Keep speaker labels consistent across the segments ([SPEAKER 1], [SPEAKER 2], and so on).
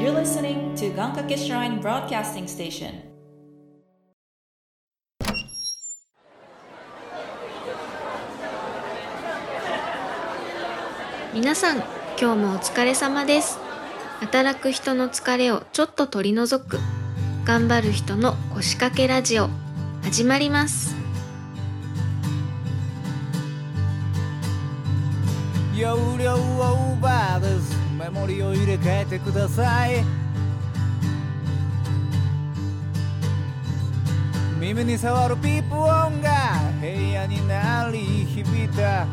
[SPEAKER 1] You're listening to Gankake Shrine Broadcasting Station.
[SPEAKER 2] 皆さん今日もお疲れ様です働く人の疲れをちょっと取り除く頑張る人の腰掛けラジオ始まります
[SPEAKER 3] 容量オーバーですメモリを入れ替えてください耳に触るピープ音が平野になり響いた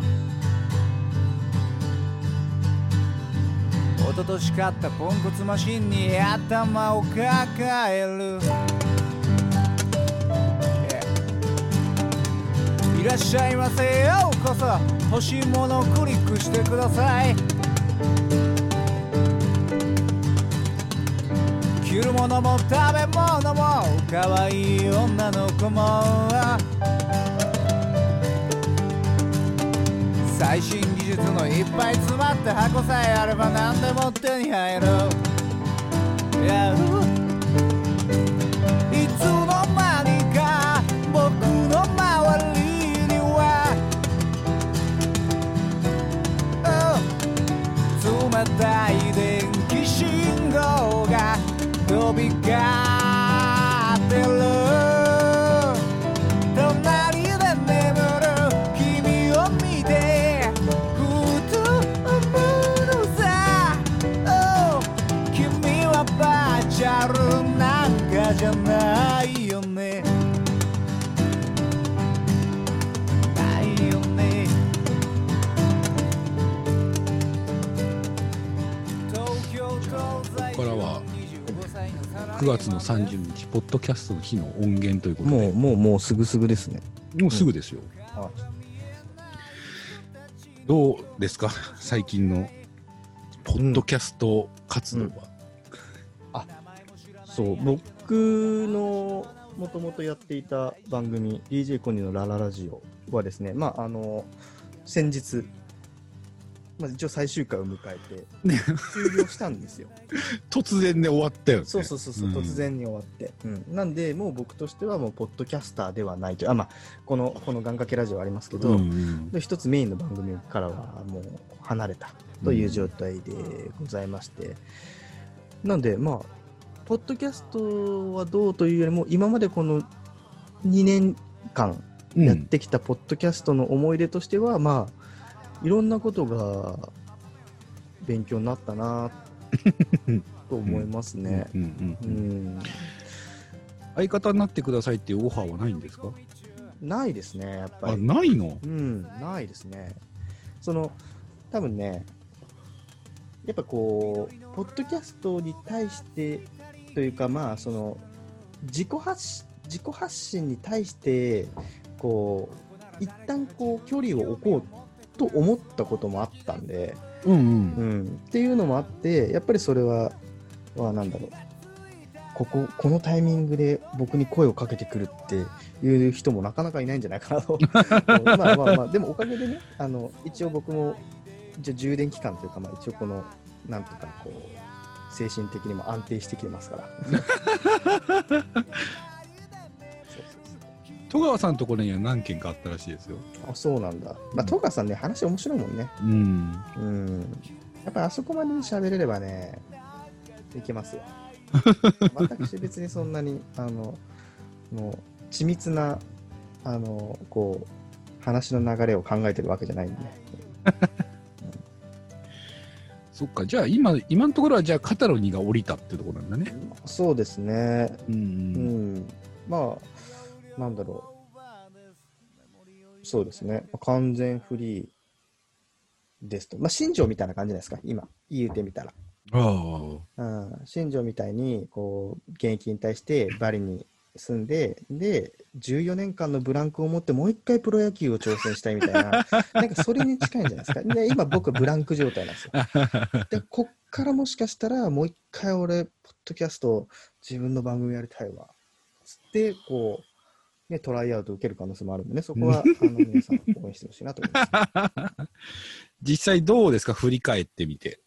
[SPEAKER 3] 一昨年買ったポンコツマシンに頭を抱えるいらっしゃいませようこそ欲しいものをクリックしてください着るものも食べ物も可愛い女の子も最新技術のいっぱい詰まった箱さえあれば何でも手に入る Yahoo! いつの間にか僕の周りにはうん冷たい電気信号が飛び交ってる隣で眠る君を見てふと思うのさ、Oh 君はバーチャルなんかじゃないよねないよね
[SPEAKER 4] こからは9月の30日、ポッドキャストの日の音源ということで、
[SPEAKER 5] も
[SPEAKER 4] も
[SPEAKER 5] う、もう、もうすぐすぐですね。
[SPEAKER 4] うすぐですよ。
[SPEAKER 5] は
[SPEAKER 4] どうですか、 最近のポッドキャスト活動は。
[SPEAKER 5] そう、僕のもともとやっていた番組、DJ コニーのラララジオはですね、まあ、あの、先日、まあ、一応最終回を迎えて、終了したんですよ。
[SPEAKER 4] 突然で終わったよね。
[SPEAKER 5] そうそうそうそう、
[SPEAKER 4] ん
[SPEAKER 5] 突。然に終わって、うんなんで、もう僕としては、もう、ポッドキャスターではないという、あ、まあ、この、この願掛けラジオありますけど、
[SPEAKER 4] うんうん
[SPEAKER 5] で一つメインの番組からはもう離れたという状態でございまして、なんでまあポッドキャストはどうというよりも今までこの2年間
[SPEAKER 4] うん
[SPEAKER 5] やってきたポッドキャストの思い出としては、まあいろんなことが勉強になったなと思いますね。
[SPEAKER 4] うんうん
[SPEAKER 5] う
[SPEAKER 4] うんん相方になってくださいっていうオファーはないんですか、
[SPEAKER 5] ないですねやっぱ
[SPEAKER 4] あ
[SPEAKER 5] り。
[SPEAKER 4] ないの
[SPEAKER 5] うん、ないですね。その、多分ね、やっぱこう、ポッドキャストに対してというか、まあ、その、自己発し自己発信に対して、こう、一旦こう、距離を置こうと思ったこともあったんで、
[SPEAKER 4] うんう。
[SPEAKER 5] うんん、っていうのもあって、やっぱりそれは、はなんだろう。こここのタイミングで僕に声をかけてくるっていう人もなかなかいないんじゃないかな とうんまあまあまあでもおかげでねあの一応僕もじゃあ充電期間というか、まあ、一応このなんとかこう精神的にも安定してきてますから そうそう
[SPEAKER 4] 戸川さんのところには何件かあったらしいですよ。
[SPEAKER 5] そうあそうなんだ、まあ、戸川さんね話面白いもんね
[SPEAKER 4] うん。
[SPEAKER 5] うんやっぱりあそこまでに喋れればね、いけますよ。私、別にそんなに、あの、もう、緻密な、あの、こう、話の流れを考えてるわけじゃないんで。
[SPEAKER 4] そっか、じゃあ今、今のところはじゃあ肩の荷が降りたってところなんだね。
[SPEAKER 5] そうですね。
[SPEAKER 4] うん
[SPEAKER 5] う
[SPEAKER 4] うん。
[SPEAKER 5] ん。まあ、なんだろう。そうですね。完全フリーですと。まあ、新庄みたいな感じじゃないですか、今、言うてみたら。
[SPEAKER 4] ああ。
[SPEAKER 5] うん、新庄みたいにこう現役に対してバリに住んでで14年間のブランクを持ってもう一回プロ野球を挑戦したいみたいななんかそれに近いんじゃないですかで今僕はブランク状態なんですよでこっからもしかしたらもう一回俺ポッドキャスト自分の番組やりたいわつってこう、ね、トライアウト受ける可能性もあるんでねそこはあの皆さん応援してほしいなと思います
[SPEAKER 4] 実際どうですか振り返ってみて。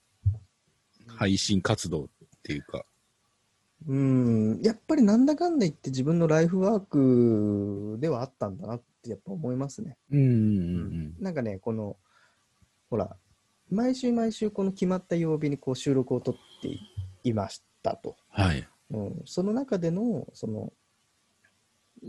[SPEAKER 4] 配信活動っっていうか。
[SPEAKER 5] うん、やっぱりなんだかんだ言って自分のライフワークではあったんだなってやっぱ思いますね。
[SPEAKER 4] うんうん
[SPEAKER 5] なんかね、この、ほら、毎週毎週この決まった曜日にこう収録を撮っていましたと。
[SPEAKER 4] はい。
[SPEAKER 5] うん、その中での、その、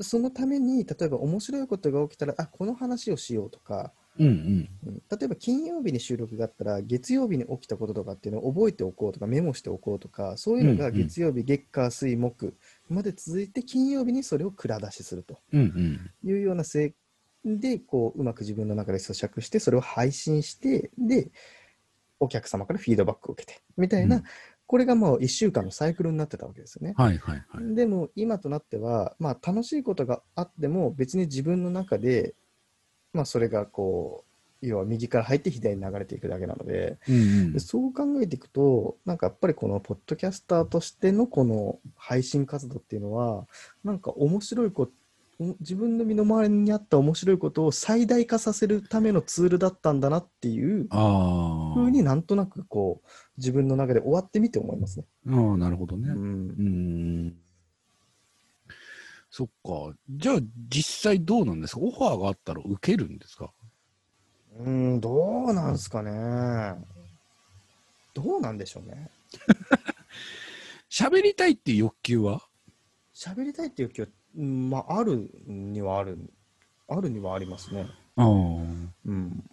[SPEAKER 5] そのために、例えば面白いことが起きたら、あ、この話をしようとか、
[SPEAKER 4] うんうん。
[SPEAKER 5] うん例えば金曜日に収録があったら月曜日に起きたこととかっていうのを覚えておこうとかメモしておこうとかそういうの
[SPEAKER 4] うん
[SPEAKER 5] が
[SPEAKER 4] うん
[SPEAKER 5] 月曜日、月火水木まで続いて金曜日にそれを蔵出しすると
[SPEAKER 4] うんうん。
[SPEAKER 5] いうようなせいでこううまく自分の中で咀嚼してそれを配信してでお客様からフィードバックを受けてみたいな、
[SPEAKER 4] うん
[SPEAKER 5] これがもう1週間のサイクルになってたわけですよね。
[SPEAKER 4] はいはいはい。
[SPEAKER 5] でも今となっては、まあ、楽しいことがあっても別に自分の中で、まあ、それがこう要は右から入って左に流れていくだけなので
[SPEAKER 4] うん
[SPEAKER 5] でそう考えていくとなんかやっぱりこのポッドキャスターとしてのこの配信活動っていうのはなんか面白いこと自分の身の回りにあった面白いことを最大化させるためのツールだったんだなっていう
[SPEAKER 4] ああ。
[SPEAKER 5] ふうになんとなくこう自分の中で終わってみて思いますね。
[SPEAKER 4] ああ、なるほどね。
[SPEAKER 5] うん
[SPEAKER 4] うーんそっか。じゃあ、実際どうなんですかオファーがあったら受けるんですか
[SPEAKER 5] うーん、どうなんすかね。どうなんでしょうね。
[SPEAKER 4] 喋りたいっていう欲求は
[SPEAKER 5] 喋りたいっていう気は、うんまあ、あるにはある、あるにはありますね。
[SPEAKER 4] ああ。
[SPEAKER 5] うん。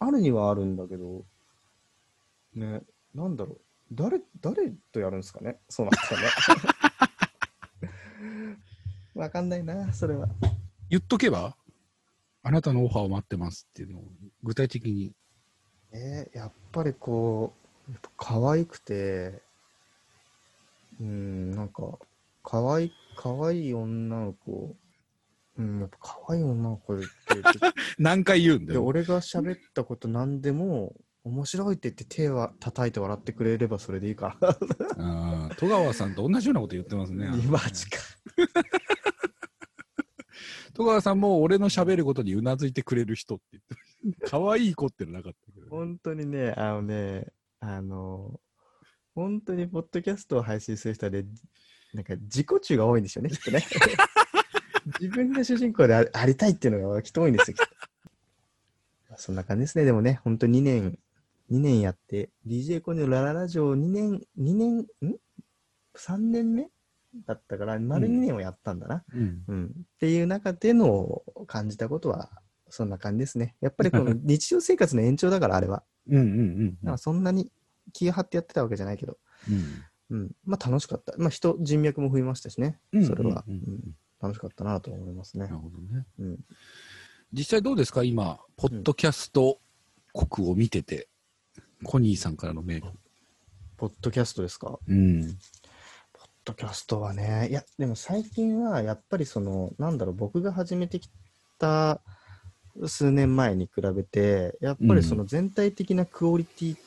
[SPEAKER 5] あるにはあるんだけど、ね、なんだろう。誰、誰とやるんですかねそうなんですかね。 わかんないな、それは。
[SPEAKER 4] 言っとけばあなたのオファーを待ってますっていうのを具体的に。
[SPEAKER 5] えーやっぱりこう、やっぱ可愛くて、うん、なんか、可愛い、可愛い女の子、うん、やっぱ可愛い女の 子で、
[SPEAKER 4] 何回言うんだ
[SPEAKER 5] で、
[SPEAKER 4] よ。
[SPEAKER 5] 俺が喋ったこと何でも、面白いって言って手は叩いて笑ってくれればそれでいいから。
[SPEAKER 4] ああ戸川さんと同じようなこと言ってますね。
[SPEAKER 5] マジか。
[SPEAKER 4] 戸川さんも俺の喋ることにうなずいてくれる人って言ってました。可愛い子ってのなかったけど。
[SPEAKER 5] 本当にね、あのね、あの、本当にポッドキャストを配信する人はね、なんか自己中が多いんですよね、きっ とね。自分が主人公であありたいっていうのがきっと多いんですよ、きっとまあそんな感じですね、でもね、本当2年、2年やって、DJ コネのラララジオ2年、2年、ん ?3 年目だったから、丸2年をやったんだな。
[SPEAKER 4] うん。
[SPEAKER 5] うん、っていう中での感じたことは、そんな感じですね。やっぱりこ の日常生活の延長だから、あれは。
[SPEAKER 4] うんうん
[SPEAKER 5] だからそんなに気を張ってやってたわけじゃないけど、
[SPEAKER 4] うん。
[SPEAKER 5] うん、まあ楽しかった。まあ人、人脈も増えましたしね
[SPEAKER 4] うん。
[SPEAKER 5] それは、
[SPEAKER 4] う
[SPEAKER 5] うん
[SPEAKER 4] うんうん
[SPEAKER 5] ん、楽しかったなと思いますね
[SPEAKER 4] なる。ほどね。
[SPEAKER 5] うん、
[SPEAKER 4] 実際どうですか今、ポッドキャスト国を見てて、コニーさんからのメール。
[SPEAKER 5] ポッドキャストですかポッ
[SPEAKER 4] うん。
[SPEAKER 5] ドキャストはね、いや、でも最近はやっぱりその、なんだろう、僕が始めてきた数年前に比べて、やっぱりその全体的なクオリティが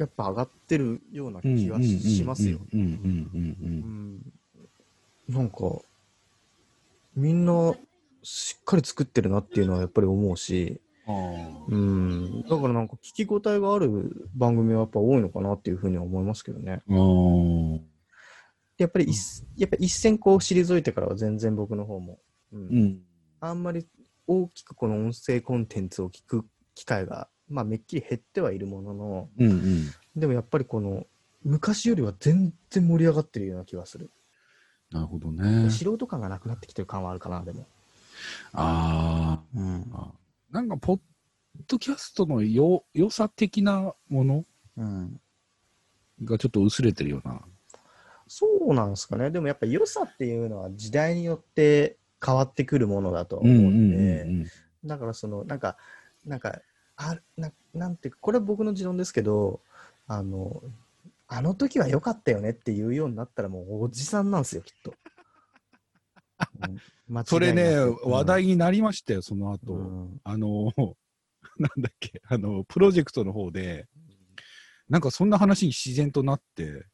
[SPEAKER 5] やっぱ上がってるような気はしますよ。
[SPEAKER 4] うんうんうんうん
[SPEAKER 5] うんなんか、みんなしっかり作ってるなっていうのはやっぱり思うし、
[SPEAKER 4] あ
[SPEAKER 5] うん、だからなんか聞き応えがある番組はやっぱ多いのかなっていうふうには思いますけどね。
[SPEAKER 4] あー。
[SPEAKER 5] やっぱり一、やっぱ一線こう退いてからは全然僕の方も、うん
[SPEAKER 4] うん。
[SPEAKER 5] あんまり大きくこの音声コンテンツを聞く機会が、まあめっきり減ってはいるものの、
[SPEAKER 4] うんうん。
[SPEAKER 5] でもやっぱりこの昔よりは全然盛り上がってるような気がする。
[SPEAKER 4] なるほどね。
[SPEAKER 5] 素人感がなくなってきてる感はあるかな、でも。
[SPEAKER 4] あ
[SPEAKER 5] うん
[SPEAKER 4] あ。なんか、ポッドキャストのよ、良さ的なもの
[SPEAKER 5] うん、
[SPEAKER 4] がちょっと薄れてるような。
[SPEAKER 5] そうなんですかね。でもやっぱ良さっていうのは時代によって変わってくるものだとは思うんで、
[SPEAKER 4] うん
[SPEAKER 5] だからその、なんか、なんか、あななんていうか、これは僕の持論ですけど、あの、あの時は良かったよねっていうようになったらもうおじさんなんですよ、きっ と。うん間違いなく
[SPEAKER 4] それね、
[SPEAKER 5] うん
[SPEAKER 4] 話題になりましたよ、その後。
[SPEAKER 5] うん
[SPEAKER 4] あの、 なんだっけ、あの、プロジェクトの方で、なんかそんな話に自然となって、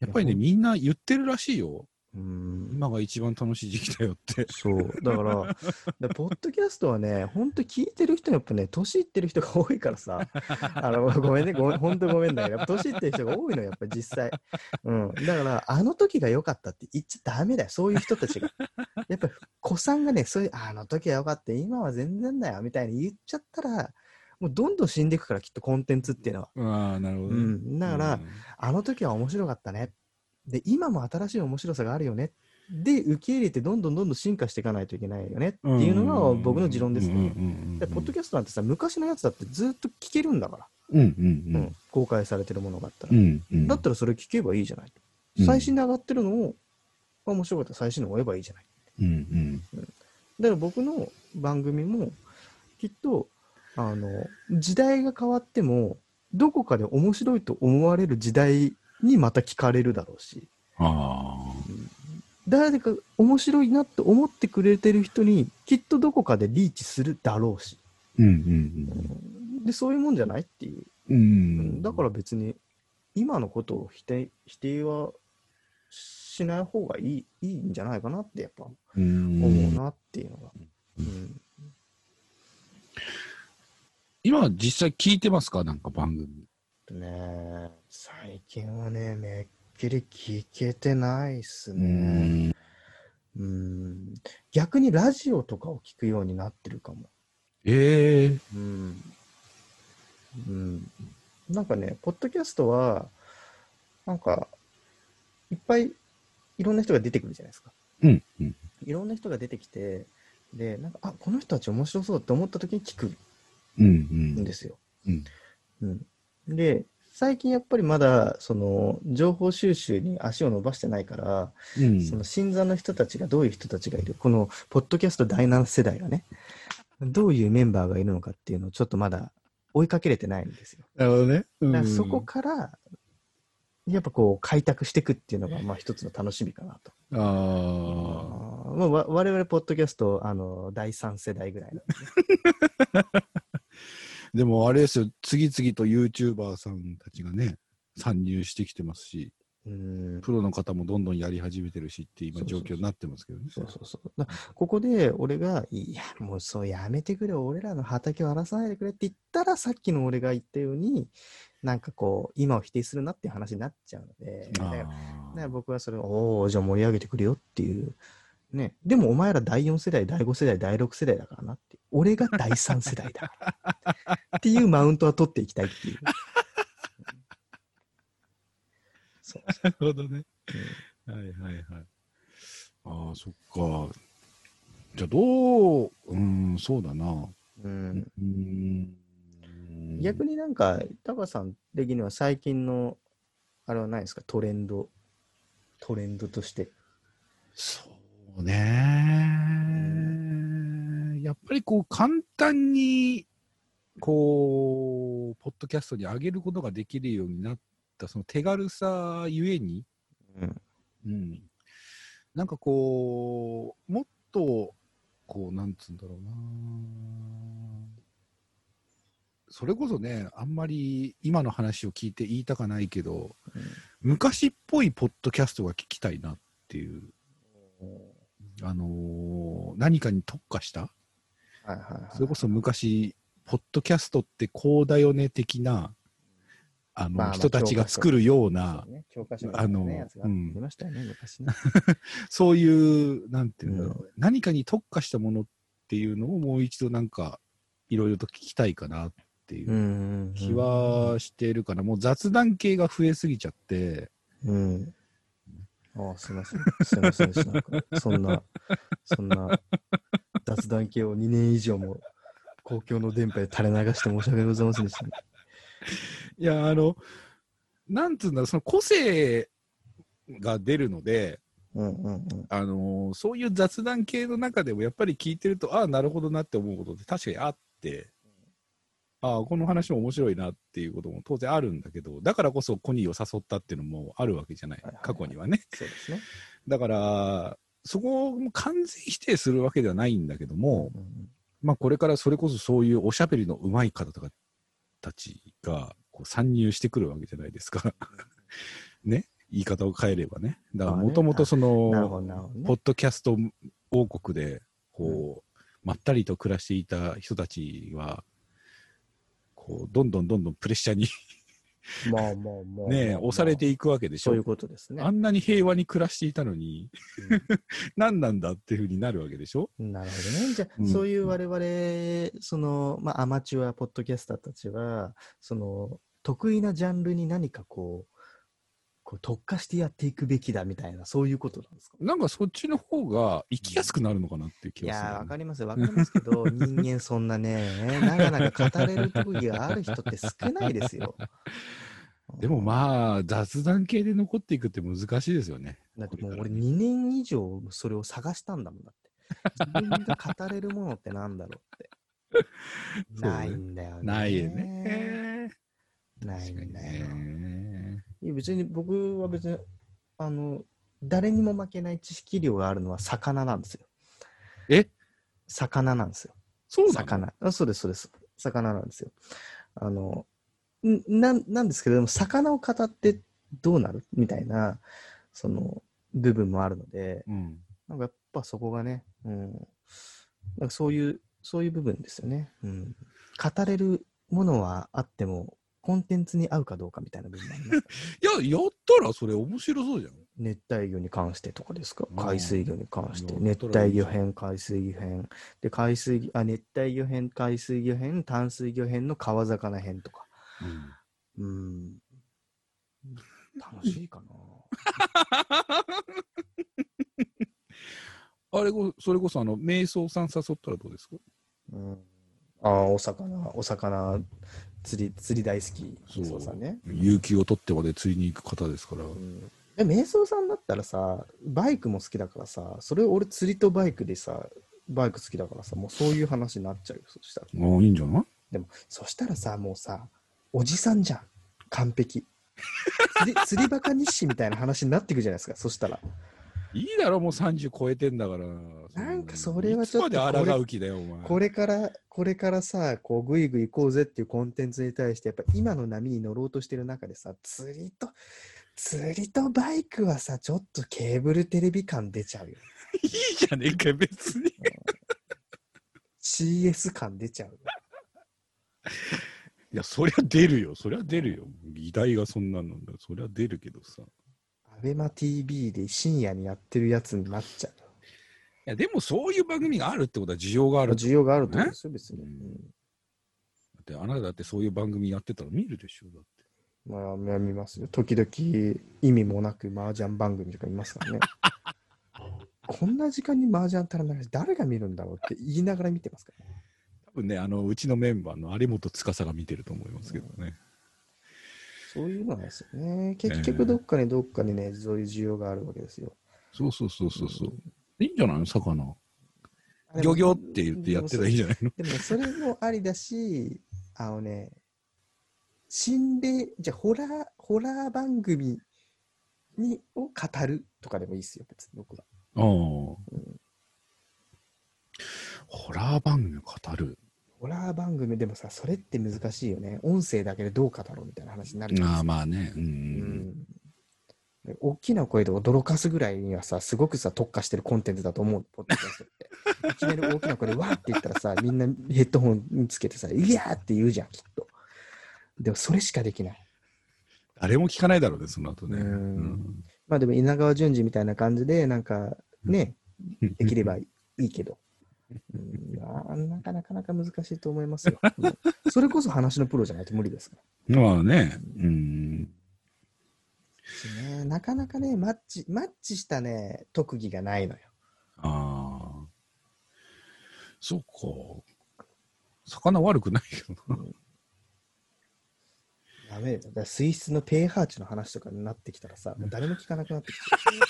[SPEAKER 4] やっぱりね、
[SPEAKER 5] いやほん
[SPEAKER 4] みんな言ってるらしいよ。
[SPEAKER 5] うん
[SPEAKER 4] 今が一番楽しい時期だよって。
[SPEAKER 5] そう。だから、だからポッドキャストはね、ほんと聞いてる人やっぱね、年いってる人が多いからさ、 あの、ごめんね、ごめん、ほんとごめんだけど、やっぱ年いってる人が多いのよ、やっぱ実際。うん。だから、あの時が良かったって言っちゃダメだよ、そういう人たちが。やっぱ、子さんがね、そういう、あの時は良かった、今は全然だよ、みたいに言っちゃったら、もうどんどん死んでいくから、きっとコンテンツっていうのは。
[SPEAKER 4] ああ、なるほど
[SPEAKER 5] う
[SPEAKER 4] ね。
[SPEAKER 5] ん。だから、
[SPEAKER 4] うん
[SPEAKER 5] あの時は面白かったね。で、今も新しい面白さがあるよね。で、受け入れてどんどんどんどん進化していかないといけないよね。っていうのが僕の持論ですね。でポッドキャストなんてさ、昔のやつだってずっと聞けるんだか
[SPEAKER 4] うん
[SPEAKER 5] ら。
[SPEAKER 4] うんう
[SPEAKER 5] うんん公開されてるものがあった
[SPEAKER 4] う
[SPEAKER 5] ら。
[SPEAKER 4] んうん。
[SPEAKER 5] だったらそれ聞けばいいじゃない。
[SPEAKER 4] うん
[SPEAKER 5] 最新で上がってるのを、あ面白かったら最新のを追えばいいじゃない。
[SPEAKER 4] うん
[SPEAKER 5] だから僕の番組も、きっと、あの、時代が変わっても、どこかで面白いと思われる時代にまた聞かれるだろうし。
[SPEAKER 4] うん。あ
[SPEAKER 5] 誰か面白いなって思ってくれてる人にきっとどこかでリーチするだろうし、
[SPEAKER 4] ーうんうん
[SPEAKER 5] でそういうもんじゃないっていう、
[SPEAKER 4] うん。う
[SPEAKER 5] うん
[SPEAKER 4] ん。
[SPEAKER 5] だから別に今のことを否定否定はしない方がいいいいんじゃないかなってやっぱ
[SPEAKER 4] ら、
[SPEAKER 5] 思うなっていうのが、
[SPEAKER 4] う
[SPEAKER 5] うんん、
[SPEAKER 4] 今実際聞いてますかなんか番組。
[SPEAKER 5] とね最近はねめっきり聞けてないっす
[SPEAKER 4] う
[SPEAKER 5] ね、
[SPEAKER 4] ん。
[SPEAKER 5] うん、逆にラジオとかを聞くようになってるかも
[SPEAKER 4] ええ。
[SPEAKER 5] うん。うん。なんかね、ポッドキャストは、なんか、いっぱいいろんな人が出てくるじゃないですか。
[SPEAKER 4] うんうん。
[SPEAKER 5] いろんな人が出てきて、で、なんか、あ、この人たち面白そうって思った時に聞く
[SPEAKER 4] うん
[SPEAKER 5] んですよ。
[SPEAKER 4] うん
[SPEAKER 5] うん。で、最近やっぱりまだ、その、情報収集に足を伸ばしてないから、
[SPEAKER 4] うん。うん
[SPEAKER 5] その新座の人たちがどういう人たちがいる、このポッドキャスト第7世代がね、どういうメンバーがいるのかっていうのをちょっとまだ追いかけれてないんですよ。
[SPEAKER 4] なるほどね。う
[SPEAKER 5] だ
[SPEAKER 4] ん
[SPEAKER 5] からそこから、やっぱこう開拓していくっていうのがまあ一つの楽しみかなと。
[SPEAKER 4] ああ。
[SPEAKER 5] あーまあ、わ我々ポッドキャストあの第3世代ぐらいなんで
[SPEAKER 4] でもあれですよ、次々と YouTuber さんたちがね、参入してきてますし、
[SPEAKER 5] うん
[SPEAKER 4] プロの方もどんどんやり始めてるしって今
[SPEAKER 5] そうそ
[SPEAKER 4] 状
[SPEAKER 5] うそ
[SPEAKER 4] 況
[SPEAKER 5] う
[SPEAKER 4] になってますけどね。
[SPEAKER 5] そうそうそう。だここで俺が、いや、もうそうやめてくれ、俺らの畑を荒らさないでくれって言ったら、さっきの俺が言ったように、なんかこう、今を否定するなっていう話になっちゃうので、だからだか
[SPEAKER 4] あ
[SPEAKER 5] ら
[SPEAKER 4] あ。
[SPEAKER 5] 僕はそれを、おお、じゃあ盛り上げてくれよっていう。ね、でもお前ら第4世代、第5世代、第6世代だからなって。俺が第3世代だから。っていうマウントは取っていきたいっていう。そう
[SPEAKER 4] なるほどね。はいはいはい。ああ、そっか。じゃあ、どう、うん、そうだな。
[SPEAKER 5] う
[SPEAKER 4] うんーん。
[SPEAKER 5] 逆になんか、タカさん的には最近の、あれはないですか、トレンド。トレンドとして。
[SPEAKER 4] そうね。やっぱりこう、簡単に、こう、ポッドキャストに上げることができるようになった、その手軽さゆえに、
[SPEAKER 5] うん。
[SPEAKER 4] うん、なんかこう、もっと、こう、なんつうんだろうな。それこそね、あんまり今の話を聞いて言いたかないけど、
[SPEAKER 5] うん
[SPEAKER 4] 昔っぽいポッドキャストが聞きたいなっていう、あのー何かに特化した、
[SPEAKER 5] はいはいはい。
[SPEAKER 4] それこそ昔、ポッドキャストってこうだよね的な、あの、
[SPEAKER 5] まあまあ
[SPEAKER 4] 人たちが作るような、
[SPEAKER 5] そうね、教科書みたいなねやつがありましたよね、昔ね。
[SPEAKER 4] そういう、なんていうんだろう、何かに特化したものっていうのをもう一度なんか、いろいろと聞きたいかなっていう
[SPEAKER 5] うん
[SPEAKER 4] 気、はしているかな。もう雑談系が増えすぎちゃって、
[SPEAKER 5] うん。ああ、すいません。すいませんでした。なんかそんな、そんな、雑談系を2年以上も公共の電波で垂れ流して申し訳ございませんでした、
[SPEAKER 4] いや、あの、なんつうんだろう、その個性が出るので、
[SPEAKER 5] うんうんうん。
[SPEAKER 4] あのそういう雑談系の中でもやっぱり聞いてると、ああ、なるほどなって思うことって確かにあって、ああ、この話も面白いなっていうことも当然あるんだけど、だからこそコニーを誘ったっていうのもあるわけじゃない
[SPEAKER 5] はいはいは、い
[SPEAKER 4] 過去にはね。
[SPEAKER 5] そうですね。
[SPEAKER 4] だから、そこを完全否定するわけではないんだけども、
[SPEAKER 5] うん
[SPEAKER 4] まあ、これからそれこそそういうおしゃべりの上手い方とか たちがこう参入してくるわけじゃないですか。ね。言い方を変えればね。だから
[SPEAKER 5] まあね
[SPEAKER 4] もともとそ
[SPEAKER 5] なるほ
[SPEAKER 4] の、
[SPEAKER 5] ど、なるほど
[SPEAKER 4] ポ
[SPEAKER 5] ね。
[SPEAKER 4] ッドキャスト王国で、こう、まったりと暮らしていた人たちは、こう、どんどんどんどんプレッシャーに
[SPEAKER 5] まあまあまあ。
[SPEAKER 4] ね、押されて
[SPEAKER 5] い
[SPEAKER 4] いくわけでしょ
[SPEAKER 5] そういうことですね
[SPEAKER 4] あ。んなに平和に暮らしていたのに、 何なんだっていうふうになるわけでしょ
[SPEAKER 5] なるほどね。じゃあ、
[SPEAKER 4] うん
[SPEAKER 5] そういう我々、その、まあ、アマチュアポッドキャスターたちは、その、得意なジャンルに何かこう、こう特化してやっていくべきだみたいな、そういうことなんですか
[SPEAKER 4] なんかそっちの方が生きやすくなるのかなっていう気
[SPEAKER 5] い
[SPEAKER 4] がする
[SPEAKER 5] やー、
[SPEAKER 4] よ
[SPEAKER 5] わか
[SPEAKER 4] ね、
[SPEAKER 5] りますよ。わかりますけ ど、人間そんなね、長々語れる特技がある人って少ないですよ。
[SPEAKER 4] でもまあ、雑談系で残っていくって難しいですよね。
[SPEAKER 5] だってもう
[SPEAKER 4] これ
[SPEAKER 5] 俺
[SPEAKER 4] からね
[SPEAKER 5] 2年以上それを探したんだもんだって。自分が語れるものってなんだろうって。
[SPEAKER 4] そうね
[SPEAKER 5] ないんだよね。
[SPEAKER 4] ないよ。ね。
[SPEAKER 5] ない
[SPEAKER 4] 確か
[SPEAKER 5] ん
[SPEAKER 4] に
[SPEAKER 5] だよ。
[SPEAKER 4] ね。
[SPEAKER 5] いや別に僕は別に、あの、誰にも負けない知識量があるのは魚なんですよ。
[SPEAKER 4] え
[SPEAKER 5] 魚なんですよ。
[SPEAKER 4] そうなの
[SPEAKER 5] 魚。あそうです、そうです。魚なんですよ。あの、んなんなんですけれども、魚を語ってどうなるみたいな、その、部分もあるので、
[SPEAKER 4] うん。
[SPEAKER 5] なんかやっぱそこがね、うん、なんかそういう、そういう部分ですよね。うん。語れるものはあっても、コンテンツに合うかどうかみたいな部分もありますから。
[SPEAKER 4] いや、やったらそれ面白そうじゃん。
[SPEAKER 5] 熱帯魚に関してとかですか
[SPEAKER 4] うん
[SPEAKER 5] 海水魚に関して。
[SPEAKER 4] うん
[SPEAKER 5] 熱帯魚編、海水魚編。で、海水魚、あ、熱帯魚編、海水魚編、淡水魚編の川魚編とか。うん。楽しいか
[SPEAKER 4] あれこ、それこそあの、瞑想さん誘ったらどうですか
[SPEAKER 5] な。うん。ああ、お魚、お魚、釣り、釣り大好き。
[SPEAKER 4] そう
[SPEAKER 5] そうさんね。
[SPEAKER 4] 有給を取ってまで釣りに行く方ですから。
[SPEAKER 5] え、瞑想さんだったらさ、バイクも好きだからさ、それ俺釣りとバイクでさ、バイク好きだからさ、もうそういう話になっちゃうよ、そしたら。
[SPEAKER 4] ああ、いいんじゃない
[SPEAKER 5] でも、そしたらさ、もうさ、おじさんじゃん。完璧。釣り 釣りバカ日誌みたいな話になっていくじゃないですか、そしたら。
[SPEAKER 4] いいだろ、もう30超えてんだから。
[SPEAKER 5] なんかそれはちょっと
[SPEAKER 4] いつまで抗う気だよ、お前。
[SPEAKER 5] これから、これからさ、こう、ぐいぐい行こうぜっていうコンテンツに対して、やっぱ今の波に乗ろうとしてる中でさ、釣りと、釣りとバイクはさ、ちょっとケーブルテレビ感出ちゃうよ。
[SPEAKER 4] いいじゃねえか、別に。
[SPEAKER 5] CS 感出ちゃうよ。
[SPEAKER 4] いや、そりゃ出るよ、そりゃ出るよ。議題がそんなのだ、そりゃ出るけどさ。い
[SPEAKER 5] アベマ TV で深夜にやってるやつになっちゃう。
[SPEAKER 4] や、でもそういう番組があるってことは需要があるって
[SPEAKER 5] 需要があるってことですよ、別に。
[SPEAKER 4] う
[SPEAKER 5] うんん
[SPEAKER 4] だってあなただってそういう番組やってたら見るでしょ、だっ
[SPEAKER 5] まあ、まあ見ますよ。時々意味もなく麻雀番組とか見ます からね。こんな時間に麻雀たらないし、誰が見るんだろうって言いながら見てますから、ね。
[SPEAKER 4] て。多分ね、あの、うちのメンバーの有本司が見てると思いますけどね。
[SPEAKER 5] そういうのなんですよね。結局、どっかにどっかにね、そういう需要があるわけですよ。
[SPEAKER 4] そうそうそうそうそう。いいんじゃないの、魚。
[SPEAKER 5] あで
[SPEAKER 4] 漁
[SPEAKER 5] も
[SPEAKER 4] 業って言ってやってたらいいんじゃないの
[SPEAKER 5] でもね、それもありだし、あのね、心霊、じゃあホラー、ホラー番組にを語るとかでもいいですよ、別に僕は。
[SPEAKER 4] ああ。ホラー番組を語る。
[SPEAKER 5] ホラー番組でもさ、それって難しいよね。音声だけでどう語ろうみたいな話になるじゃな
[SPEAKER 4] あ
[SPEAKER 5] いで
[SPEAKER 4] あ、
[SPEAKER 5] すか。
[SPEAKER 4] まあね。う
[SPEAKER 5] うん
[SPEAKER 4] ん。
[SPEAKER 5] で大きな声で驚かすぐらいにはさ、すごくさ、特化してるコンテンツだと思う、ポッドキャストって。いきなり大きな声でわーって言ったらさ、みんなヘッドホンつけてさ、いやーって言うじゃん、きっと。でもそれしかできない。
[SPEAKER 4] 誰も聞かないだろうね、その後ね。
[SPEAKER 5] うん
[SPEAKER 4] うん
[SPEAKER 5] まあでも稲川淳二みたいな感じで、なんかね、できればいいけど。うんあーなかなかなか難しいと思いますよ。うんそれこそ話のプロじゃないと無理ですから。
[SPEAKER 4] まあね。うん。
[SPEAKER 5] ね、なかなかね、マッチ、マッチしたね、特技がないのよ。
[SPEAKER 4] ああ。そうか。魚悪くないけどな。
[SPEAKER 5] ダメだよ。だから水質の pH 値の話とかになってきたらさ、もう誰も聞かなくなってきてる。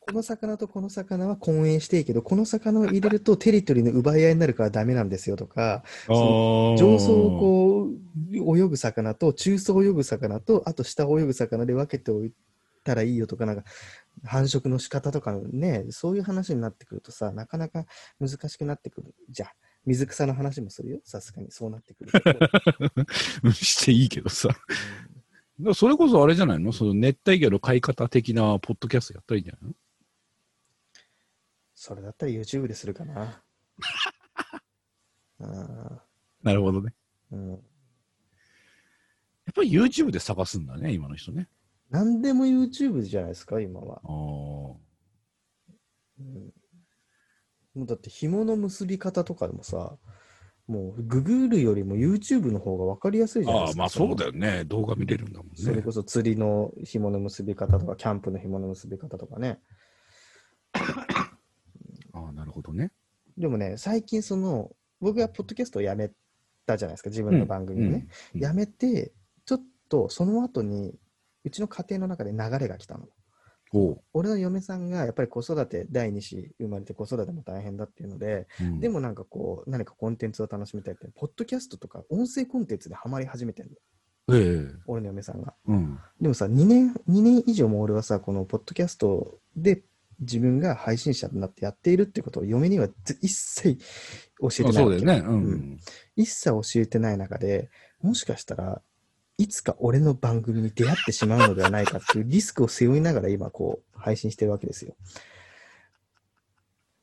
[SPEAKER 5] この魚とこの魚は混泳していいけど、この魚を入れるとテリトリーの奪い合いになるからダメなんですよとか、
[SPEAKER 4] ああ
[SPEAKER 5] 上層をこう泳ぐ魚と中層を泳ぐ魚と、あと下を泳ぐ魚で分けておいたらいいよとか、なんか繁殖の仕方とかね、そういう話になってくるとさ、なかなか難しくなってくる。じゃあ、水草の話もするよ、さすがに。そうなってくると。
[SPEAKER 4] うんしていいけどさ。だからそれこそあれじゃないのその熱帯魚の飼い方的なポッドキャストやったらいいんじゃないの
[SPEAKER 5] それだったら YouTube でするかな。 あ
[SPEAKER 4] なるほどね。
[SPEAKER 5] ーうん、
[SPEAKER 4] やっぱり YouTube で探すんだね、今の人ね。
[SPEAKER 5] 何でも YouTube じゃないですか、今は。
[SPEAKER 4] ああ。
[SPEAKER 5] うんもうだって紐の結び方とかでもさ、もうググるよりも YouTube の方が分かりやすいじゃない
[SPEAKER 4] あ
[SPEAKER 5] で
[SPEAKER 4] あ、
[SPEAKER 5] すか。
[SPEAKER 4] まあそうだ
[SPEAKER 5] よ。
[SPEAKER 4] よね。動画見れるんだもん
[SPEAKER 5] それ
[SPEAKER 4] ね。
[SPEAKER 5] こそ釣りの紐の結び方とか、キャンプの紐の結び方とかね。
[SPEAKER 4] ああ、なるほどね。
[SPEAKER 5] でもね、最近その、僕がポッドキャストをやめたじゃないですか、自分の番組をね。
[SPEAKER 4] うんうん
[SPEAKER 5] やめて、ちょっとその後に、うちの家庭の中で流れが来たの。
[SPEAKER 4] おう
[SPEAKER 5] 俺の嫁さんがやっぱり子育て第2子生まれて子育ても大変だっていうので、
[SPEAKER 4] うん
[SPEAKER 5] でもなんかこう、何かコンテンツを楽しみたいって、ポッドキャストとか音声コンテンツでハマり始めてるの、
[SPEAKER 4] ええ
[SPEAKER 5] 俺の嫁さんが。
[SPEAKER 4] うん。
[SPEAKER 5] でもさ、2年、2年以上も俺はさ、このポッドキャストで自分が配信者になってやっているってことを嫁にはず一切教えて
[SPEAKER 4] あ
[SPEAKER 5] ない
[SPEAKER 4] そ
[SPEAKER 5] わ
[SPEAKER 4] う
[SPEAKER 5] け
[SPEAKER 4] だよね。う。
[SPEAKER 5] うん一切教えてない中で、もしかしたらいつか俺の番組に出会ってしまうのではないかっていうリスクを背負いながら今こう配信してるわけですよ。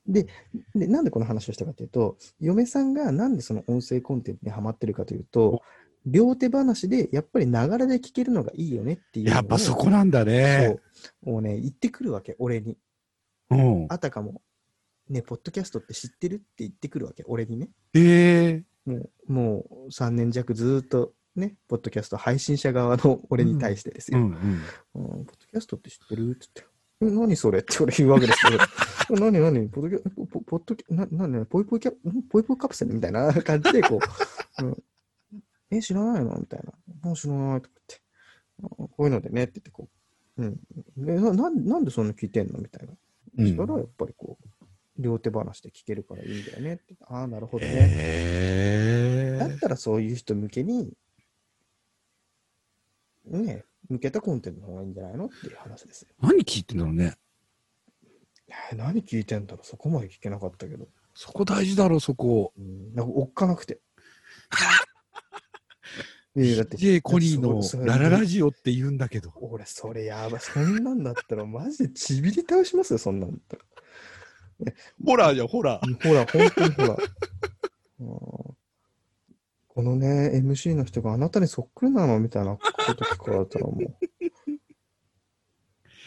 [SPEAKER 5] で、でなんでこの話をしたかというと、嫁さんがなんでその音声コンテンツにハマってるかというと、両手話でやっぱりながらで聞けるのがいいよねっていうのを。
[SPEAKER 4] やっぱそこなんだね。
[SPEAKER 5] そうもうね、言ってくるわけ、俺に。
[SPEAKER 4] うん。
[SPEAKER 5] あたかも、ね、ポッドキャストって知ってるって言ってくるわけ、俺にね。
[SPEAKER 4] ええ
[SPEAKER 5] もう、もう3年弱ずーっとね、ポッドキャスト配信者側の俺に対してです
[SPEAKER 4] う
[SPEAKER 5] よ。
[SPEAKER 4] んうん。
[SPEAKER 5] うんポッドキャストって知ってるって言って。え何それって俺言うわけですけ ど、何何ポッドキャポポポッドキャ、な、ななポイポイキャ、んポイポイカプセルみたいな感じでこ う、うん、え、知らないのみたいな。もう知らないとか言って、あこういうのでねって言ってこう、うん。えななんなんでそんな聞いてんのみたいな。
[SPEAKER 4] うん
[SPEAKER 5] したらやっぱりこう、両手話で聞けるからいいんだよねって。ああ、なるほどね。
[SPEAKER 4] え
[SPEAKER 5] だ
[SPEAKER 4] え
[SPEAKER 5] ったらそういう人向けに、ねえ、向けたコンテンツの方がいいんじゃないのっていう話ですよ。
[SPEAKER 4] 何聞いてんだろうね。
[SPEAKER 5] えー何聞いてんだろうそこまで聞けなかったけど。
[SPEAKER 4] そこ大事だろ、そこ。
[SPEAKER 5] うん、なんか追っかなくて。 いやだって、
[SPEAKER 4] DJ コニーの
[SPEAKER 5] そうそう
[SPEAKER 4] ラララジオって言うんだけど。
[SPEAKER 5] 俺、それやばい。そんなんだったら、マジでちびり倒しますよ、そんなんだったら。
[SPEAKER 4] ホラーじゃん、ホラー。
[SPEAKER 5] ほら、本当にほら。 うんこのね、MC の人があなたにそっくりなのみたいなこと聞かれたらもう。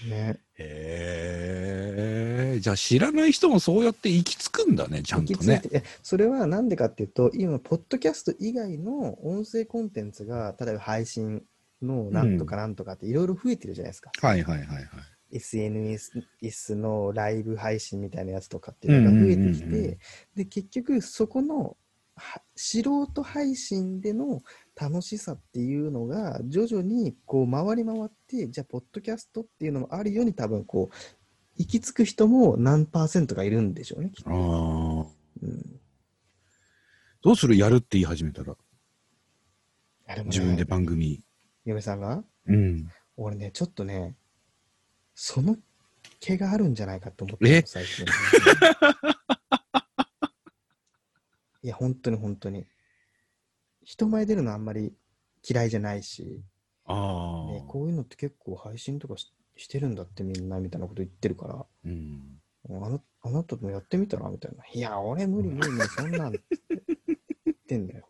[SPEAKER 5] ね、
[SPEAKER 4] ええじゃあ知らない人もそうやって行き着くんだね、ちゃんとね
[SPEAKER 5] 行。き着いてえそれはなんでかっていうと、今、ポッドキャスト以外の音声コンテンツが、例えば配信のなんとかなんとかっていろいろ増えてるじゃないですか。
[SPEAKER 4] はいはいはいはい。
[SPEAKER 5] SNS のライブ配信みたいなやつとかっていうのが増えてきて、
[SPEAKER 4] うんうんうんうん
[SPEAKER 5] で結局そこのは素人配信での楽しさっていうのが徐々にこう回り回ってじゃあポッドキャストっていうのもあるように多分こう行き着く人も何パーセントかいるんでしょうね。きっと
[SPEAKER 4] ああ。
[SPEAKER 5] うん
[SPEAKER 4] どうするやるって言い始めたら、
[SPEAKER 5] あもね
[SPEAKER 4] 自分で番組。
[SPEAKER 5] 嫁さんが
[SPEAKER 4] うん。
[SPEAKER 5] 俺ねちょっとねその毛があるんじゃないかと思って
[SPEAKER 4] え
[SPEAKER 5] る最 近いや本当に本当に人前出るのあんまり嫌いじゃないし、
[SPEAKER 4] ああ。
[SPEAKER 5] ね、こういうのって結構配信とかししてるんだってみんなみたいなこと言ってるから
[SPEAKER 4] うん。
[SPEAKER 5] もうあのあなたもやってみたらみたいな「いや俺無理無理無理そんなん」って言ってん だよ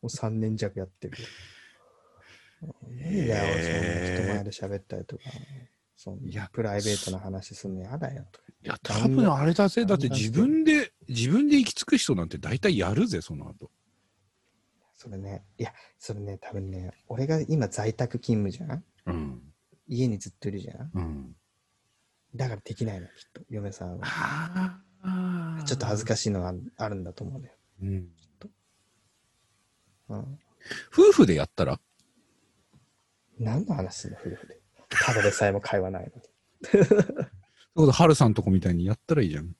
[SPEAKER 5] もう3年弱やってるよ無理だよ、そんな人前で喋ったりとか、そん
[SPEAKER 4] いや
[SPEAKER 5] なプライベートな話すんのやだよとか。
[SPEAKER 4] いや、多分あれだぜ。だって自分で、自分で行き着く人なんて大体やるぜ、その後。
[SPEAKER 5] それね、いや、それね、多分ね、俺が今在宅勤務じゃ
[SPEAKER 4] う
[SPEAKER 5] ん
[SPEAKER 4] ん。
[SPEAKER 5] 家にずっといるじゃん
[SPEAKER 4] うん。
[SPEAKER 5] だからできないの、きっと、嫁さんは。
[SPEAKER 4] ああ。
[SPEAKER 5] ちょっと恥ず
[SPEAKER 4] か
[SPEAKER 5] かしいのがあんあるんだと思うんだよ。
[SPEAKER 4] しい。うん。
[SPEAKER 5] うん。
[SPEAKER 4] 夫婦でやったら
[SPEAKER 5] 何の話すんの、夫婦で。ただでさえも会話ないのに。
[SPEAKER 4] そうだ、ハルさんとこみたいにやったらいいじゃん。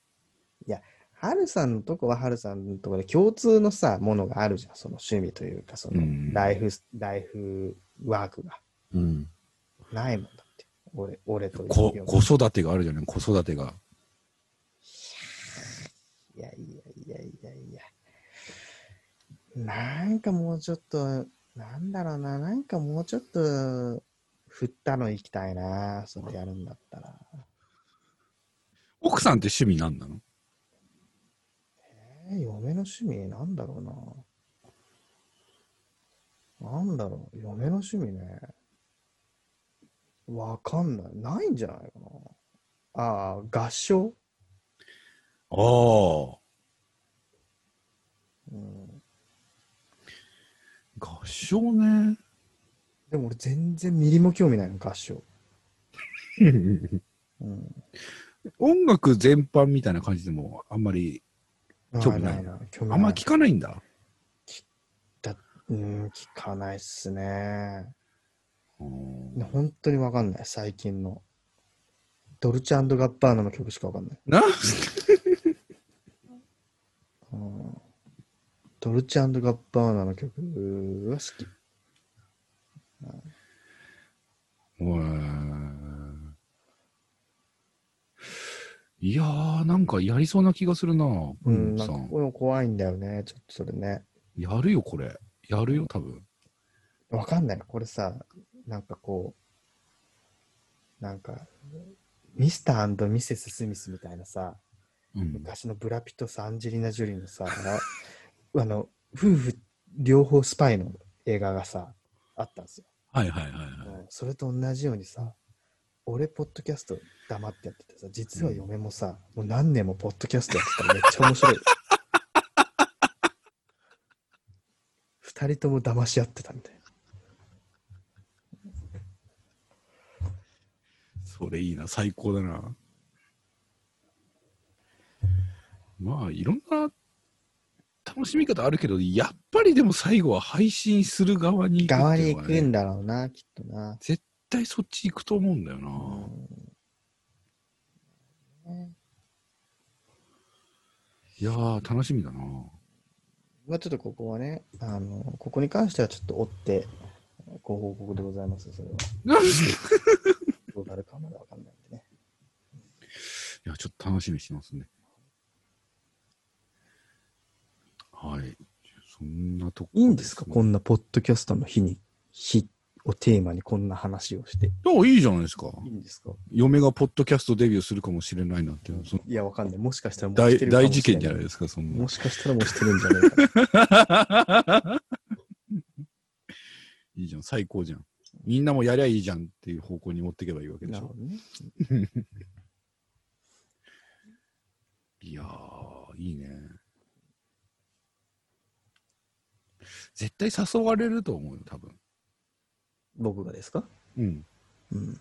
[SPEAKER 5] はるさんのとこははるさんのとこで共通のさ、ものがあるじゃん。その趣味というか、その
[SPEAKER 4] うん
[SPEAKER 5] ライフス、ライフワークが
[SPEAKER 4] うん。
[SPEAKER 5] ないもんだって。俺、俺と
[SPEAKER 4] こ
[SPEAKER 5] 嫁
[SPEAKER 4] 子育てがあるじゃない、子育てが。
[SPEAKER 5] いやいやいやいやいや。なんかもうちょっと、なんだろうな、なんかもうちょっと、振ったの行きたいな、それやるんだったら。
[SPEAKER 4] 奥さんって趣味何なの
[SPEAKER 5] えー嫁の趣味なんだろうな。なんだろう、嫁の趣味ね。わかんない。ないんじゃないかな。ああ、合唱、
[SPEAKER 4] ああ。
[SPEAKER 5] うん、
[SPEAKER 4] 合唱ね。
[SPEAKER 5] でも俺全然ミリも興味ないの、合 唱。うん、
[SPEAKER 4] 音楽全般みたいな感じでもあんまり、興味ない
[SPEAKER 5] なな。興味
[SPEAKER 4] あ
[SPEAKER 5] ない。
[SPEAKER 4] んま聞かないんだ。
[SPEAKER 5] うん、聞かないっすね。
[SPEAKER 4] うん
[SPEAKER 5] ね本当にわかんない、最近の。ドルチェガッバーナの曲しかわかんない。
[SPEAKER 4] な
[SPEAKER 5] うんドルチェガッバーナの曲は好き。
[SPEAKER 4] うーんいやー、なんかやりそうな気がするな、ブ
[SPEAKER 5] う
[SPEAKER 4] ン
[SPEAKER 5] ん、な
[SPEAKER 4] さ
[SPEAKER 5] んか
[SPEAKER 4] ん。
[SPEAKER 5] こういうの怖いんだよね、ちょっとそれね。
[SPEAKER 4] やるよ、これ。やるよ、多分。
[SPEAKER 5] わかんない、これさ、なんかこう、なんか、ミスターミセス・スミスみたいなさ、
[SPEAKER 4] うん。
[SPEAKER 5] 昔のブラピとさ、アンジェリーナ・ジョリーのさ、あの、 夫婦両方スパイの映画がさ、あったんですよ。
[SPEAKER 4] はいはいはいはい。
[SPEAKER 5] うんそれと同じようにさ、俺、ポッドキャスト黙ってやっててさ、実は嫁もさ、もう何年もポッドキャストやってたらめっちゃ面白い。 二人とも騙し合ってたみたいな。
[SPEAKER 4] それいいな、最高だな。まあ、いろんな楽しみ方あるけど、やっぱりでも最後は配信する側に行く
[SPEAKER 5] 側
[SPEAKER 4] ってい
[SPEAKER 5] に
[SPEAKER 4] うの
[SPEAKER 5] 行
[SPEAKER 4] が
[SPEAKER 5] く
[SPEAKER 4] ね
[SPEAKER 5] んだろうな、きっとな。
[SPEAKER 4] 絶対そっち行くと思うんだよな。
[SPEAKER 5] うん
[SPEAKER 4] いやー、楽しみだな。
[SPEAKER 5] まあちょっとここはね、あの、ここに関してはちょっと追って、ご報告でございます、それは。
[SPEAKER 4] なんでい
[SPEAKER 5] どうなるかまだわかんないんでね。
[SPEAKER 4] や、ちょっと楽しみにしてますね。はい。そんなとこ、
[SPEAKER 5] いいんですか、こ
[SPEAKER 4] ん
[SPEAKER 5] んなポッドキャストの日に、日をテーマにこんな話をして。
[SPEAKER 4] あ、いいじゃないですか。
[SPEAKER 5] いいんですか
[SPEAKER 4] 嫁がポッドキャストデビューするかもしれないなんて、その
[SPEAKER 5] いや、わかんない。もしかしたらもう
[SPEAKER 4] 大
[SPEAKER 5] してるかも
[SPEAKER 4] 大
[SPEAKER 5] し
[SPEAKER 4] 事
[SPEAKER 5] れ
[SPEAKER 4] 件じゃないですか、そんな
[SPEAKER 5] も。しかしたらもうしてるんじゃないか。
[SPEAKER 4] いいじゃん、最高じゃん。みんなもやりゃいいじゃんっていう方向に持っていけばいいわけで
[SPEAKER 5] な
[SPEAKER 4] し
[SPEAKER 5] るほ
[SPEAKER 4] ょ。
[SPEAKER 5] どね。
[SPEAKER 4] いやー、いいね。絶対誘われると思うよ、多分。
[SPEAKER 5] 僕がですか
[SPEAKER 4] うん。
[SPEAKER 5] うん。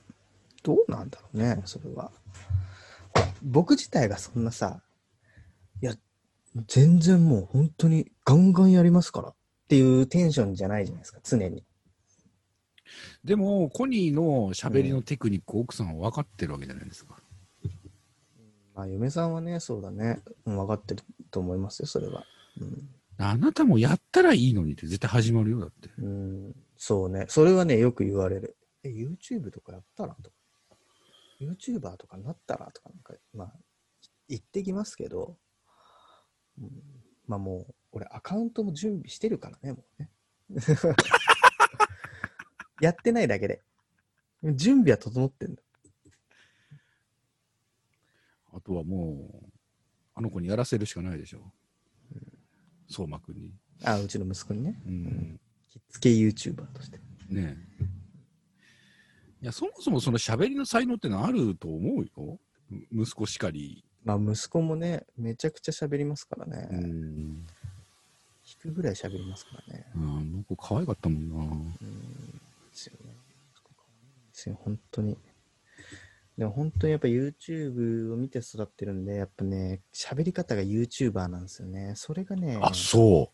[SPEAKER 5] どうなんだろうね、それは。僕自体がそんなさ、いや、全然もう本当にガンガンやりますからっていうテンションじゃないじゃないですか、常に。
[SPEAKER 4] でも、コニーの喋りのテクニック、奥さんは分かってるわけじゃないですか。
[SPEAKER 5] まあ、嫁さんはね、そうだね。うん分かってると思いますよ、それは。うん
[SPEAKER 4] あなたもやったらいいのにって絶対始まるよ、だって。
[SPEAKER 5] うん、そうね。それはね、よく言われる。え、YouTube とかやったらとか、YouTuber とかなったらとか、なんか、まあ、言ってきますけど、うん、まあもう、俺、アカウントも準備してるからね、もうね。 やってないだけで。準備は整ってんだ。
[SPEAKER 4] あとはもう、あの子にやらせるしかないでしょ。相馬くんに。
[SPEAKER 5] あ、うちの息子にね。
[SPEAKER 4] うん
[SPEAKER 5] きっつけ YouTuber として。
[SPEAKER 4] ねえ。いや、そもそもその喋りの才能ってのはあると思うよ。む息子しかり。
[SPEAKER 5] まあ、息子もね、めちゃくちゃ喋りますからね。
[SPEAKER 4] ん。
[SPEAKER 5] 引くぐらい喋りますからね。
[SPEAKER 4] あの子可愛かったもんな。
[SPEAKER 5] ですよね。ですよ、本当に。でも本当にやっぱ YouTube を見て育ってるんで、やっぱね、喋り方が YouTuber なんですよね。それがね、
[SPEAKER 4] そ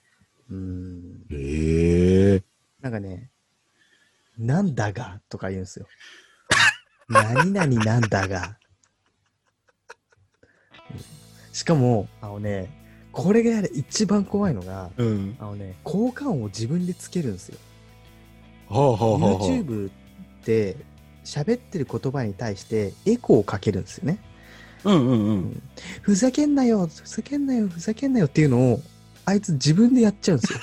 [SPEAKER 5] うん、
[SPEAKER 4] う。ええ
[SPEAKER 5] なんかね、なんだがとか言うんですよ。何々なんだが。しかも、あのね、これがやれ一番怖いのが、
[SPEAKER 4] うん。
[SPEAKER 5] あのね、効果音を自分でつけるんですよ。
[SPEAKER 4] はあはあはあ、はあ。
[SPEAKER 5] YouTube って喋ってる言葉に対してエコーをかけるんですよね。
[SPEAKER 4] うんうんうん。
[SPEAKER 5] ふざけんなよ、ふざけんなよ、ふざけんなよっていうのをあいつ自分でやっちゃうんですよ。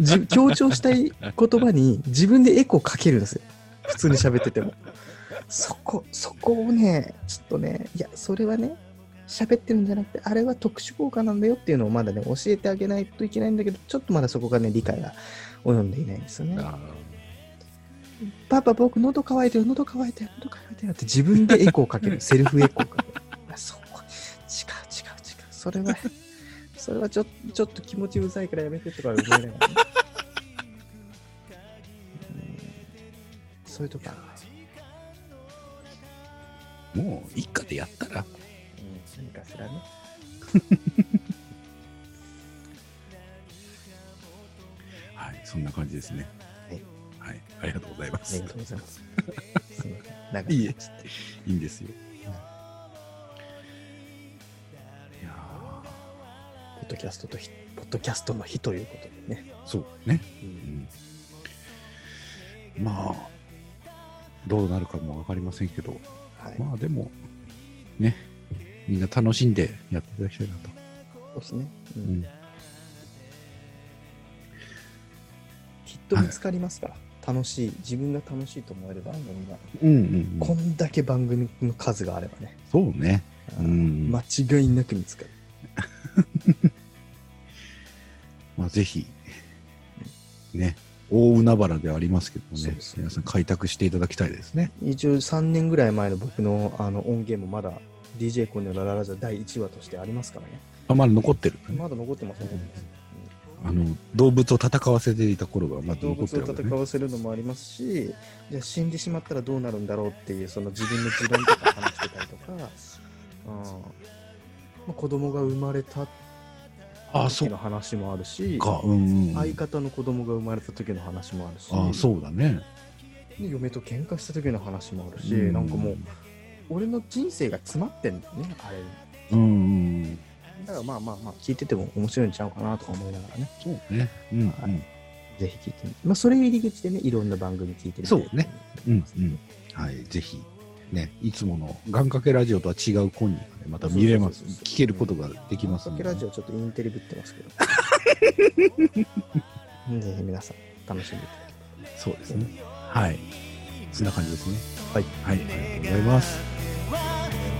[SPEAKER 5] じ強調したい言葉に自分でエコーかけるんですよ。普通に喋ってても。そこ、そこをね、ちょっとね、いや、それはね、喋ってるんじゃなくて、あれは特殊効果なんだよっていうのをまだね、教えてあげないといけないんだけど、ちょっとまだそこがね、理解が及んでいないんですよね。
[SPEAKER 4] あ
[SPEAKER 5] パパ、僕、喉乾いてる、喉乾いてる、喉乾いてるって自分でエコーかける、セルフエコーかける。あそう、違う、違う、違う。それは、それはちょちょっと気持ちうざいからやめてとか思いながらね、うんそういうとこある
[SPEAKER 4] ー
[SPEAKER 5] ね
[SPEAKER 4] もう一家でやったら
[SPEAKER 5] うん何かしらね。
[SPEAKER 4] はいそんな感じですねはい、ありがとうございま
[SPEAKER 5] あり
[SPEAKER 4] す
[SPEAKER 5] がとうございます。すいません長
[SPEAKER 4] いいえ
[SPEAKER 5] ちょっと
[SPEAKER 4] いいんですよいや
[SPEAKER 5] ポッドキャストと日ポッドキャストの日ということでね。
[SPEAKER 4] ーそうね
[SPEAKER 5] う
[SPEAKER 4] うんんまあどうなるかも分かりませんけど
[SPEAKER 5] はい。
[SPEAKER 4] まあでもねみんな楽しんでやっていただきたいなと、
[SPEAKER 5] そうですね。う
[SPEAKER 4] うんん、
[SPEAKER 5] きっと見つかりますから。楽しい、自分が楽しいと思える番組が、
[SPEAKER 4] うんうんう
[SPEAKER 5] こ
[SPEAKER 4] ん
[SPEAKER 5] んだけ番組の数があればね、
[SPEAKER 4] そうねうん
[SPEAKER 5] 間違いなく見つかる。
[SPEAKER 4] まあ、ぜひ、ね、大海原ではありますけども
[SPEAKER 5] そう
[SPEAKER 4] ね
[SPEAKER 5] で、すね
[SPEAKER 4] 皆さん開拓していただきたいですね。
[SPEAKER 5] 一応3年ぐらい前の僕のあの音源もまだ DJ コネのラララじゃ第1話としてありますからね。
[SPEAKER 4] あまだ残ってる、
[SPEAKER 5] まだ残ってますね。
[SPEAKER 4] あの、動物を戦わせていた頃がまだ
[SPEAKER 5] 動
[SPEAKER 4] 残っ
[SPEAKER 5] 物
[SPEAKER 4] て
[SPEAKER 5] を
[SPEAKER 4] るわけね
[SPEAKER 5] 戦。わせるのもありますし、じゃあ死んでしまったらどうなるんだろうっていう、その自分の自分とか話してたりとか、うんまあ、子供が生まれた
[SPEAKER 4] ああ、そ
[SPEAKER 5] 時
[SPEAKER 4] う
[SPEAKER 5] の話もあるし、
[SPEAKER 4] か。うんうん。
[SPEAKER 5] 相方の子供が生まれた時の話もあるし、
[SPEAKER 4] ああ、そうだね。
[SPEAKER 5] で嫁と喧嘩した時の話もあるし、
[SPEAKER 4] うん
[SPEAKER 5] なんかもう、俺の人生が詰まってんだよね、あれに。
[SPEAKER 4] うんうんうん。
[SPEAKER 5] だからまあまあまあ、聞いてても面白いんちゃうかなとか思いながらね、
[SPEAKER 4] そうね。うん、うん。
[SPEAKER 5] はいぜひ聞いてみて、まあ、それ入り口でね、いろんな番組聞いてみて
[SPEAKER 4] そうね。うんうん。はい、ぜひ。ね、いつもの願掛けラジオとは違うコンに、ね、また見れます
[SPEAKER 5] そうそうそうそう
[SPEAKER 4] 聞けることができます
[SPEAKER 5] か
[SPEAKER 4] の
[SPEAKER 5] け
[SPEAKER 4] で、
[SPEAKER 5] ラジオちょっとインテリぶってますけ ど。ぜひ皆さん、楽しんでいただ
[SPEAKER 4] そうですねはいそんな感じですね
[SPEAKER 5] はい、
[SPEAKER 4] はい、ありがとうございます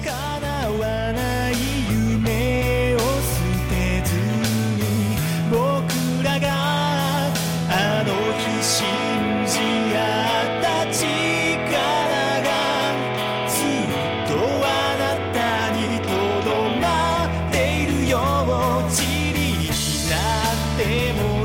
[SPEAKER 3] 叶わない夢を捨てずに僕らがあの日信じ合った力がずっとあなたにとどまっているよ塵になっても